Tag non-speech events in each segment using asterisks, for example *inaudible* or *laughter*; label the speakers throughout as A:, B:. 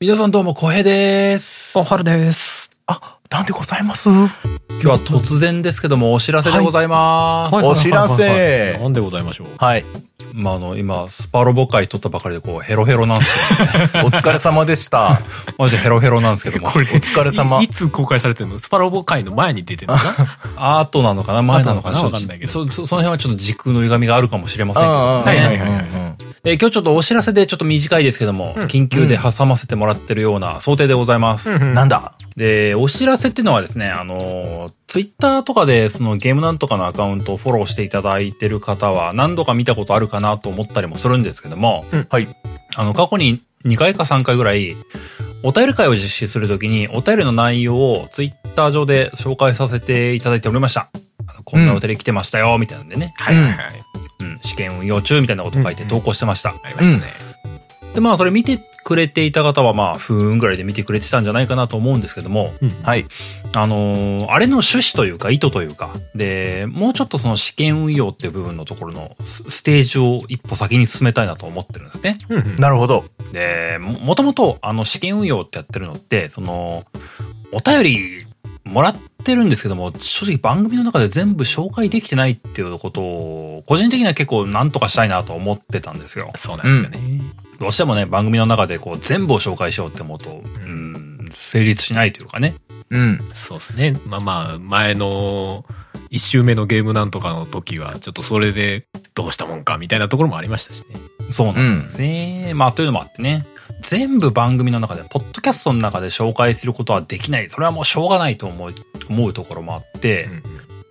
A: 皆さんどうも、小平です。
B: おはるです。あ、なんでございます。
A: 今日は突然ですけども、お知らせでございます。
B: はい
C: お知らせ
B: はいはいはいなんでございましょう。
C: はい。
A: まあ、あの、今、スパロボ会撮ったばかりで、こう、ヘロヘロなんですけ
C: お疲れ様
B: *laughs*
C: でした。
A: *laughs* ど、マジでヘロヘロなんですけども、
C: お疲れ様
B: い。いつ公開されてるのスパロボ会の前に出てるのかな
A: アートなのかな前なのかな
B: 後な
A: ちょっと
B: のかなわかんないけど
A: そそその辺はちょっと時空の歪みがあるかもしれませんけど、
C: うんうん
B: はいはいはいはい
C: うん
A: えー今日ちょっとお知らせでちょっと短いですけども、
B: うん
A: 緊急で挟ませてもらってるような想定でございます。
C: うんなんだ
A: で、お知らせっていうのはですね、あの、ツイッターとかで、そのゲームなんとかのアカウントをフォローしていただいてる方は、何度か見たことあるかなと思ったりもするんですけども、
C: はい。
A: あの、過去に2回か3回ぐらい、お便り会を実施するときに、お便りの内容をツイッター上で紹介させていただいておりました。あのこんなお便り来てましたよ、みたいなんでね、
B: はいはいはい。
A: うん、試験運用中みたいなこと書いて投稿してました。
B: ありましたね。
A: で、まあ、それ見てくれていた方は、まあ、ふーんぐらいで見てくれてたんじゃないかなと思うんですけども、
C: はい。
A: あのーあれの趣旨というか意図というか、で、もうちょっとその試験運用っていう部分のところのスステージを一歩先に進めたいなと思ってるんですね。
B: うんうん
C: なるほど。
A: で、も、もともとあの試験運用ってやってるのって、その、お便りもらってるんですけども、正直番組の中で全部紹介できてないっていうことを、個人的には結構なんとかしたいなと思ってたんですよ。
B: そうなんですよね。
A: どうしてもね、番組の中でこう全部を紹介しようって思うと、うん、成立しないというかね。
C: うん。
B: そうですね。まあまあ、前の一周目のゲームなんとかの時は、ちょっとそれでどうしたもんかみたいなところもありましたしね。
A: そうなんです
C: う
A: よ
C: ん。
A: ねまあ、というのもあってね。全部番組の中で、ポッドキャストの中で紹介することはできない。それはもうしょうがないと思う、思うところもあって、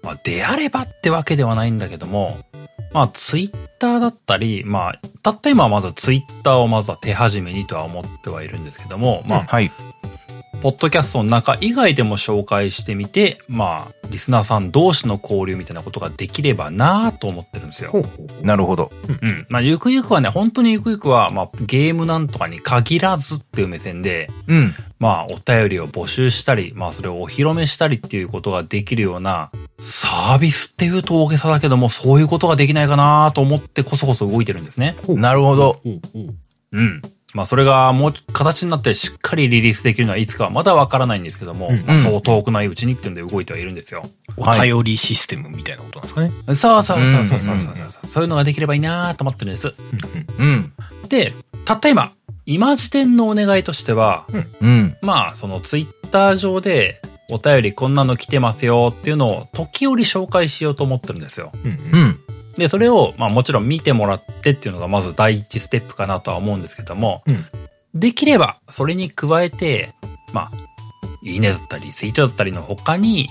A: まあ、であればってわけではないんだけども、まあ、ツイッターだったり、まあ、たった今はまずツイッターをまずは手始めにとは思ってはいるんですけども、まあ、
C: はい。
A: ポッドキャストの中以外でも紹介してみて、まあ、リスナーさん同士の交流みたいなことができればなぁと思ってるんですよ。
B: うほう
C: なるほど。
A: うん。まあ、ゆくゆくはね、本当にゆくゆくは、まあ、ゲームなんとかに限らずっていう目線で、
C: うん。
A: まあ、お便りを募集したり、まあ、それをお披露目したりっていうことができるような、サービスっていうと大げさだけども、そういうことができないかなと思ってこそこそ動いてるんですね。
C: なるほど。
B: ほうほう。
A: うん。まあ、それがもう形になってしっかりリリースできるのはいつかはまだわからないんですけども、
B: うん
A: まあそう遠くないうちにっていうんで動いてはいるんですよ。
B: お
C: はい
B: 便りシステムみたいなことなんですかね。
A: そうそうそうそうそうそうそう。そういうのができればいいなと思ってるんです。
C: うん。
A: で、たった今、今時点のお願いとしては、
C: うん。
A: まあ、そのツイッター上で、お便りこんなの来てますよっていうのを時折紹介しようと思ってるんですよ。
B: うんうん
C: うん。
A: で、それを、まあもちろん見てもらってっていうのがまず第一ステップかなとは思うんですけども、
B: うん
A: できればそれに加えて、まあ、いいねだったり、ツイートだったりの他に、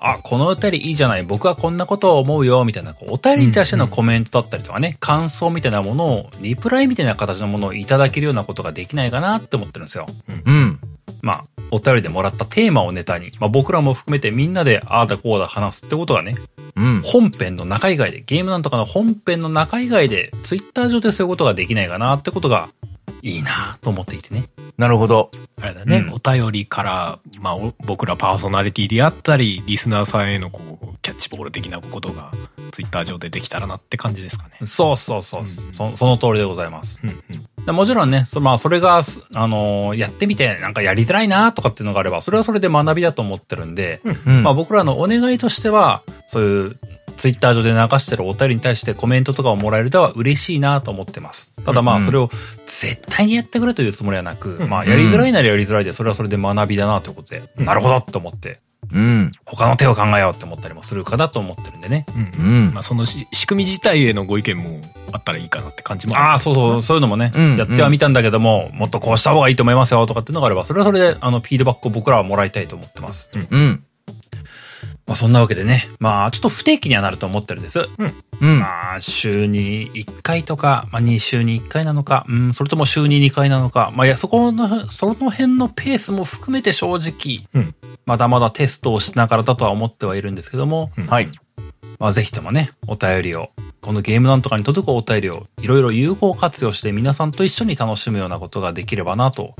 A: あ、このお便りいいじゃない、僕はこんなことを思うよ、みたいな、こうお便りに対してのコメントだったりとかね、感想みたいなものを、リプライみたいな形のものをいただけるようなことができないかなって思ってるんですよ。
C: うん。
A: まあ、お便りでもらったテーマをネタに、まあ僕らも含めてみんなでああだこうだ話すってことがね、
C: うん。
A: 本編の中以外で、ゲームなんとかの本編の中以外で、ツイッター上でそういうことができないかなってことが、いいなと思っていてね。
C: なるほど。
B: あれだね、
A: うん
B: お便りから、まあ、お僕らパーソナリティであったり、リスナーさんへのこう、キャッチボール的なことが、ツイッター上でできたらなって感じですかね。
A: そうそうそう。
B: うん
A: そその通りでございます。
B: うんうん。
A: でもちろんね、そまあ、それが、すあのーやってみて、なんかやりづらいなとかっていうのがあれば、それはそれで学びだと思ってるんで、
C: うん
A: まあ、僕らのお願いとしては、そういう、ツイッター上で流してるお便りに対してコメントとかをもらえるとは嬉しいなと思ってます。ただま
C: う
A: あ
C: んうん
A: それを絶対にやってくれというつもりはなく、
B: うん
A: まあやりづらいならやりづらいでそれはそれで学びだなということで、なるほどと思って、
C: うん。
A: 他の手を考えようって思ったりもするかなと思ってるんでね。
B: うん
C: う
B: うん
C: ん
B: ま。あ、そのし仕組み自体へのご意見もあったらいいかなって感じも
A: あ
B: あ
A: あ、そうそう、そういうのもね、
C: うん
A: やってはみたんだけども、もっとこうした方がいいと思いますよとかっていうのがあれば、それはそれであのフィードバックを僕らはもらいたいと思ってます。
C: うん。
A: まあそんなわけでね、まあちょっと不定期にはなると思ってるんです。
C: うん。
A: まあ、週に1回とか、まあ、2週に1回なのか、うん、それとも週に2回なのか、まあ、いや、そこの、その辺のペースも含めて正直、
B: うん
A: まだまだテストをしながらだとは思ってはいるんですけども、
C: はい。
A: まあ、ぜひともね、お便りを、このゲームなんとかに届くお便りを、いろいろ有効活用して皆さんと一緒に楽しむようなことができればなと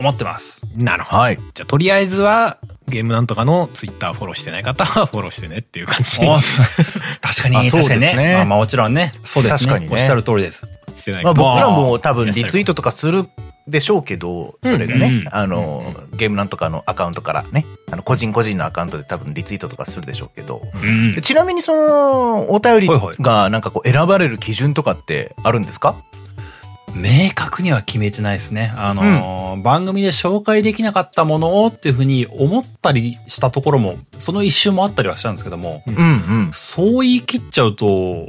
A: 思ってます。
B: なるほど。
C: はい。
B: じゃあ、とりあえずは、ゲームなんとかのツイッターフォローしてない方はフォローしてねっていう感じに
A: お *laughs* 確かに、
C: あそう
A: 確かに
C: で
A: ね。
C: すね
A: まあ、まあ、もちろんね、そうですね。
C: 確かにね
A: おっしゃる通りです。
B: してない
C: まあ
B: 方
C: 僕
B: は
C: らも多分リツイートとかするでしょうけど、それがね、
A: うんうん
C: あの、ゲームなんとかのアカウントからね、あの、個人個人のアカウントで多分リツイートとかするでしょうけど、
A: うん
C: でちなみにその、お便り
A: はいはい
C: がなんかこう選ばれる基準とかってあるんですか
A: 明確には決めてないですね。あのー番組で紹介できなかったものをっていうふうに思ったりしたところも、その一瞬もあったりはしたんですけども、
C: うんうん。
A: そう言い切っちゃうと、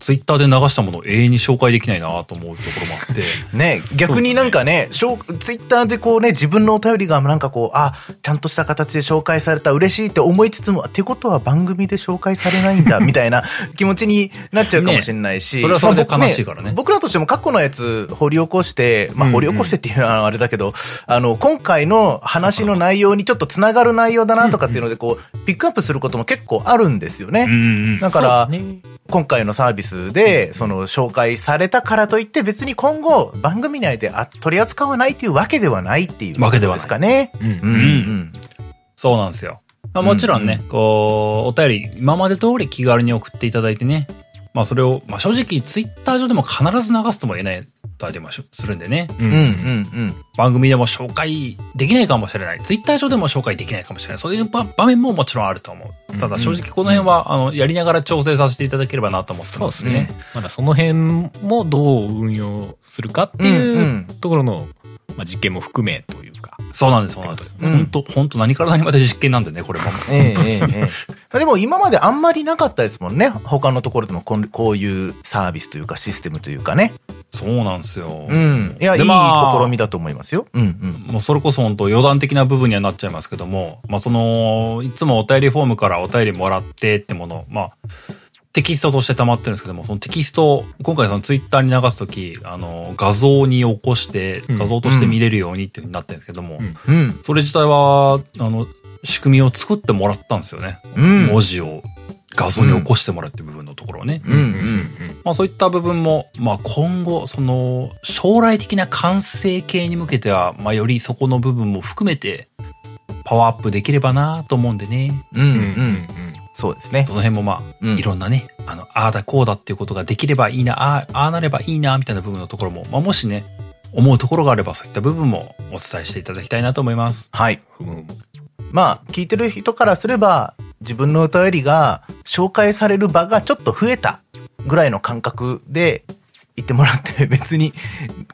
A: ツイッターで流したものを永遠に紹介できないなと思うところも
C: *laughs*
A: あって、
C: ね、逆になんかね、しょうツイッターでこうね、自分のお便りがなんかこう、あ、ちゃんとした形で紹介された、嬉しいって思いつつも、ってことは番組で紹介されないん
A: *laughs*
C: だ、みたいな気持ちになっちゃうかもしれないし。
A: ねそれはそれで
C: まあ僕
A: 悲しいからね
C: 僕らとしても過去のやつ掘り起こして、まあ
B: うん
C: 掘り起こしてっていうのはあれだけど、あの、今回の話の内容にちょっとつながる内容だなとかっていうので、こう、ピックアップすることも結構あるんですよね。
A: うんうん。
C: だから、
B: ね
C: 今回のサービスで、その、紹介されたからといって、別に今後、番組内であ取り扱わないというわけではないっていう。
A: わけではない
C: ですかね。
B: うん
C: うんうん。
A: そうなんですよ。まあ、もちろんね、
C: うん
A: こう、お便り、今まで通り気軽に送っていただいてね、まあそれを、まあ正直ツイッター上でも必ず流すとも言えないとありもしするんでね、
B: う
C: うんんうんうん。
A: 番組でも紹介できないかもしれない。ツイッター上でも紹介できないかもしれない。そういう場場面ももちろんあると思う。ただ正直この辺は、あの、やりながら調整させていただければなと思ってます
C: そうです
A: ね
C: ね。
B: まだその辺もどう運用するかって
C: うんう
B: いうんところの、まあ、実験も含めというか。
A: そうなんです、そうなんです。
C: うん
A: 本当本当何から何まで実験なんでね、これも。
C: ええええええ。で *laughs* も今まであんまりなかったですもんね。他のところでもこんこういうサービスというかシステムというかね。
A: そうなんですよ。
C: うん。いや、い
A: で
C: い試
A: まあ
C: みだと思いますよ。うんうん。
A: もうそれこそ本当余談的な部分にはなっちゃいますけども、まあその、いつもお便りフォームからお便りもらってってもの、まあ、テキストとして溜まってるんですけども、そのテキストを、今回そのツイッターに流すとき、あの、画像に起こして、
B: うん
A: 画像として見れるようにっていう風になってるんですけども、
B: うん
C: うん。
A: それ自体は、あの、仕組みを作ってもらったんですよね。
C: うん
A: 文字を画像に起こしてもらうっていう部分のところをね。
C: うんうん
A: まあそういった部分も、まあ今後、その将来的な完成形に向けては、まあよりそこの部分も含めてパワーアップできればなと思うんでね。
C: うんうん
B: うんうん
C: うん。そうですね
A: そ。の辺もまあ、
C: うん
A: いろんなね、あの、ああだこうだっていうことができればいいな、ああ、ああなればいいな、みたいな部分のところも、まあもしね、思うところがあればそういった部分もお伝えしていただきたいなと思います。
C: はい。
B: ふむふむ
C: まあ、聞いてる人からすれば、自分のお便りが紹介される場がちょっと増えたぐらいの感覚で言ってもらって、別に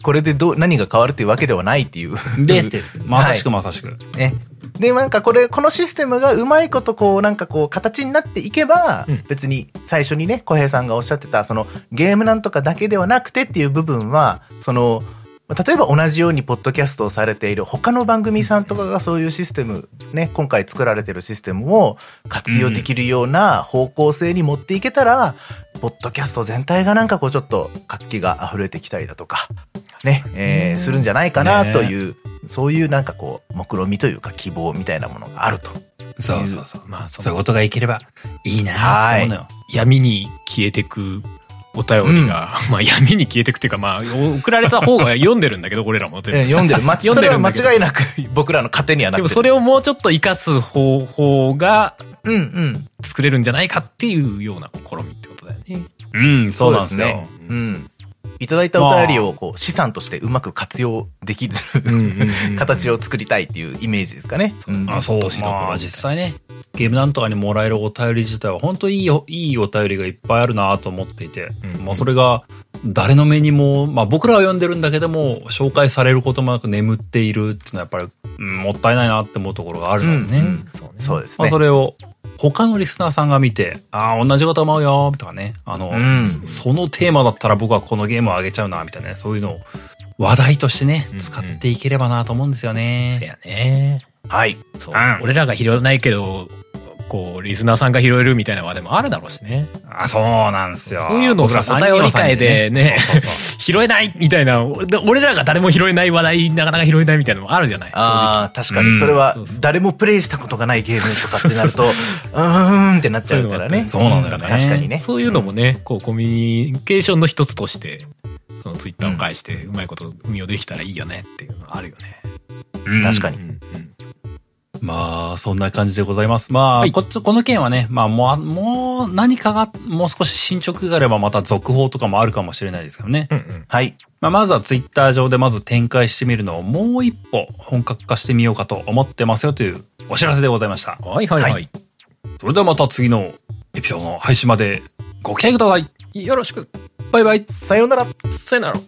C: これでどう、何が変わるというわけではないっていう。
A: *laughs* ですです。まさしくまさしく。
C: ね。で、なんかこれ、このシステムがうまいことこう、なんかこう、形になっていけば、
B: うん
C: 別に最初にね、小平さんがおっしゃってた、そのゲームなんとかだけではなくてっていう部分は、その、例えば同じようにポッドキャストをされている他の番組さんとかがそういうシステム、ね、今回作られてるシステムを活用できるような方向性に持っていけたら、ポッドキャスト全体がなんかこうちょっと活気が溢れてきたりだとか、ね、えーするんじゃないかなという、そういうなんかこう、目論みというか希望みたいなものがあると。
A: そうそうそう。
B: まあ、そ
A: そういう
B: の
A: ことがいければいいなと思うのよ。
B: 闇に消えてくお便りが、 *laughs* まあ闇に消えてくっていうか、まあ送られた方が読んでるんだけど、
C: *laughs*
B: 俺らも全部。
C: 読んでる。ま、そ
B: 読んで
C: れ
B: る
C: は
B: ん
C: 間
B: だけど
C: 違いなく *laughs* 僕らの糧にはな
B: で
C: って
B: も
C: る。
B: それをもうちょっと活かす方法が
C: うんうん。
B: 作れるんじゃないかっていうような試みってことだよね。
A: うん、そうなんですよ。
C: ね。うん。いただいたお便りをこう、資産としてうまく活用できる形を作りたいっていうイメージですかね。うん
A: あそう
B: どしどころ
A: まあ実際ねゲームなんとかにもらえるお便り自体は本当いいよいいお便りがいっぱいあるなと思っていて、
B: うん
A: まあ、それが誰の目にも、まあ、僕らは読んでるんだけども紹介されることもなく眠っているっていうのはやっぱり、うんもったいないなって思うところがあるのよね、
C: うんうん
B: そうね
C: そうです
A: まあ、
C: ね
A: そ。れを他のリスナーさんが見て「ああ同じこと思うよ」とかねあの、
C: うん
A: そそのテーマだったら僕はこのゲームをあげちゃうなみたいなねそういうのを話題としてね
B: うんうん
A: 使っていければなと思うんですよね。
B: せやね。
C: はい。
B: そう
A: うん。
B: 俺らが拾わないけど、こう、リスナーさんが拾えるみたいなのはでもあるだろうしね。
A: あ、そうなんですよ。
B: そういうのをさ、
A: 僕ら三
B: お
A: 人
B: 便
A: の
B: り
A: 三
B: 会
A: 人
B: でね
A: そうそうそ、
B: 拾えないみたいな、で俺らが誰も拾えない話題、なかなか拾えないみたいなのもあるじゃない
C: ああ、確か
A: う
C: に
A: ん
C: それは
B: そうそう
C: 誰もプレイしたことがないゲームとかってなると、うーんってなっちゃうからね。
A: そういうのもあってそうなのよね
C: 確かにね。
B: そういうのもね、こう、コミュニケーションの一つとして、そのツイッターを介して、うまいこと運用できたらいいよねっていうのはあるよね。
A: うん
C: *laughs* 確かに。
A: まあ、そんな感じでございます。まあ、
B: はい
A: こっち、この件はね、まあ、もう、もう、何かが、もう少し進捗があれば、また続報とかもあるかもしれないですけどね。
B: うんうん。
C: はい。
A: ままあ、まずはツイッター上でまず展開してみるのをもう一歩本格化してみようかと思ってますよというお知らせでございました。
B: はいはいはい。
C: は
A: それではまた次のエピソードの配信までご期待ください。
B: よろしく。
A: バイバイ。
C: さようなら。
B: さよなら。